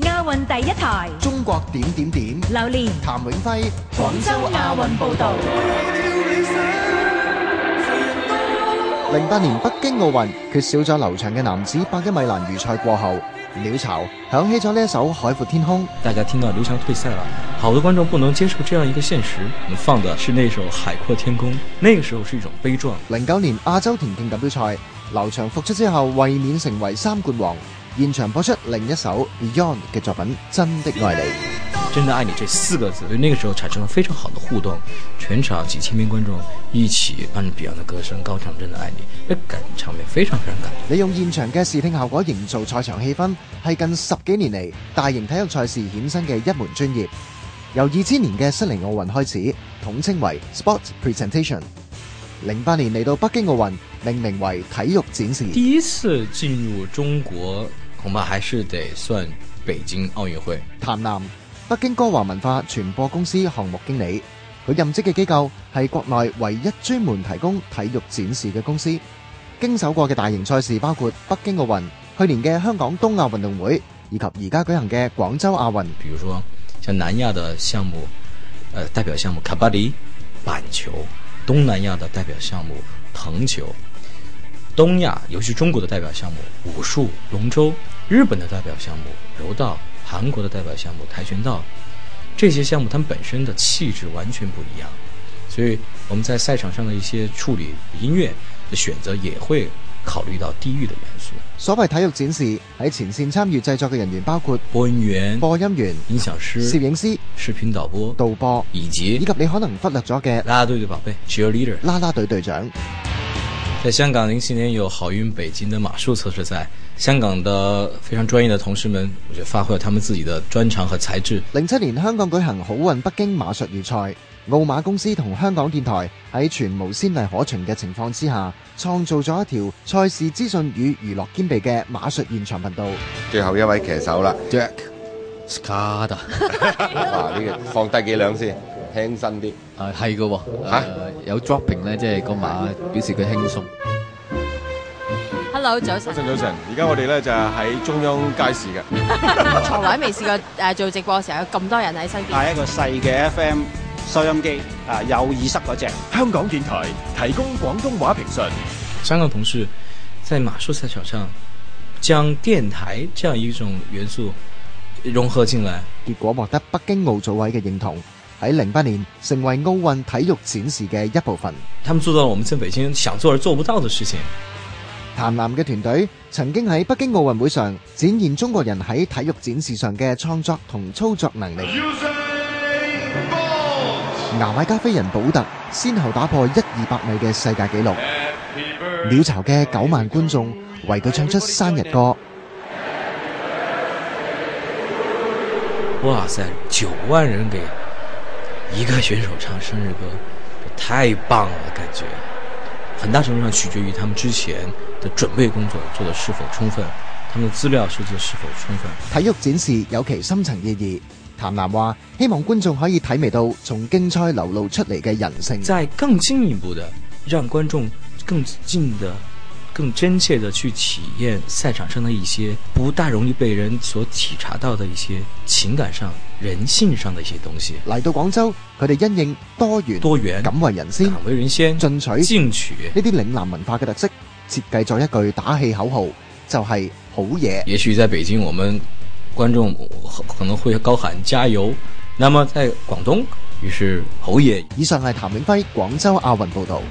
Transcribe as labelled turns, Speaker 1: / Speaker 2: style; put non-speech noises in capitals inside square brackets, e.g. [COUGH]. Speaker 1: 亞運第一台，
Speaker 2: 中國點點點，
Speaker 1: 榴莲
Speaker 2: 譚永輝，
Speaker 1: 廣州亞運報導。
Speaker 2: 零八年北京奧運，缺少咗劉翔嘅男子百一米欄預賽過後，鳥巢響起咗呢一首《海闊天空》。
Speaker 3: 大家听到刘翔退赛了，好多观众不能接受这样一个现实。我们放的是那首《海阔天空》，那个时候是一种悲壮。
Speaker 2: 零九年亞洲田徑錦標賽，劉翔復出之後，衛冕成為三冠王。現場播出另一首 Beyond 嘅作品《真的愛你》。
Speaker 3: 真的爱你这四个字，所以那个时候产生了非常好的互动，全场几千名观众一起按着 Beyond 的歌声高唱《真的爱你》，那感场面非常非常感动。
Speaker 2: 利用現場嘅視聽效果營造賽場氣氛，係近十幾年嚟大型體育賽事衍生嘅一門專業。由二千年嘅悉尼奧運開始，統稱為 Sport Presentation。零八年嚟到北京奧運，命名為體育展示。
Speaker 3: 第一次进入中国，恐怕还是得算北京奥运会。
Speaker 2: 譚南，北京歌華文化傳播公司項目經理。佢任職嘅機構係國內唯一專門提供體育展示嘅公司。經手過嘅大型賽事包括北京奧運、去年嘅香港東亞運動會，以及而家舉行嘅廣州亞運。
Speaker 3: 比如说像南亚的项目，呃，代表项目卡巴迪、板球；东南亚的代表项目藤球；东亚，尤其中国的代表项目武术、龙舟；日本的代表项目柔道；韩国的代表项目跆拳道。这些项目它们本身的气质完全不一样，所以我们在赛场上的一些处理音乐的选择也会考虑到地域的元素，
Speaker 2: 所謂體育展示喺前線參與製作嘅人員包括
Speaker 3: 播音员、
Speaker 2: 播音員、
Speaker 3: 音响
Speaker 2: 攝
Speaker 3: 师、
Speaker 2: 影師、
Speaker 3: 视频导播，
Speaker 2: 導播，
Speaker 3: 以及
Speaker 2: 以及你可能忽略咗嘅
Speaker 3: 啦啦队的宝贝 cheerleader。
Speaker 2: 啦啦隊隊長。
Speaker 3: 在香港零七年有好运北京的马术测试赛，香港的非常专业的同事们，我觉得发挥了他们自己的专长和才智。
Speaker 2: 零七年香港舉行好運北京馬術預賽，奧馬公司同香港電台喺全無先例可循嘅情況之下，創造咗一條賽事資訊與娛樂兼備嘅馬術現場頻道。
Speaker 4: 最後一位騎手啦，Jack，
Speaker 5: s c a d
Speaker 4: 哇！啊呢、個放低幾兩先，輕身啲。
Speaker 5: 啊，係嘅喎，
Speaker 4: 嚇
Speaker 5: 誒有 dropping 咧，即係個馬表示佢輕鬆。
Speaker 6: Hello，早
Speaker 7: 早。
Speaker 6: 晨 [LAUGHS]
Speaker 7: 晨早晨，而家我哋咧就係喺中央街市嘅，
Speaker 6: 從來未試過誒做直播嘅時候有咁多人喺身邊。
Speaker 8: 啊買一個細嘅 FM 收音機啊，有耳塞嗰只。
Speaker 9: 香港電台提供廣東話評述。
Speaker 3: 香港同事在马术赛场上将电台这样一种元素融合进来，
Speaker 2: 結果獲得北京奧組委嘅認同，喺零八年成為奧運體育展示嘅一部分。
Speaker 3: 他们做到了我们在北京想做而做不到的事情。
Speaker 2: 譚南嘅團隊曾經喺北京奧運會上展現中國人喺體育展示上嘅創作同操作能力。牙買加飛人保特先後打破一二百米嘅世界紀錄，鳥巢嘅九萬觀眾為佢唱出生日歌。
Speaker 3: 哇塞，九万人给一个选手唱生日歌，这太棒了，感觉。很大程度上取决于他们之前的准备工作做的是否充分，他们的资料收集是否充分。
Speaker 2: 體育展示有其深層意義。譚南話：希望觀眾可以體味到從競賽流露出嚟嘅人性。
Speaker 3: 再更进一步的，让观众更近的、更真切的去体验赛场上的一些不大容易被人所体察到的一些情感上、人性上的一些东西。
Speaker 2: 嚟到廣州，佢哋因應多元、
Speaker 3: 多元、
Speaker 2: 敢為人先、
Speaker 3: 敢为人先、
Speaker 2: 進取。
Speaker 3: 进取。
Speaker 2: 呢啲嶺南文化嘅特色，設計咗一句打氣口號，就係、好嘢。
Speaker 3: 也许在北京，我们观众可可能会高喊加油，那么在广东，于是侯爷
Speaker 2: 以上係譚永輝廣州亞運報導。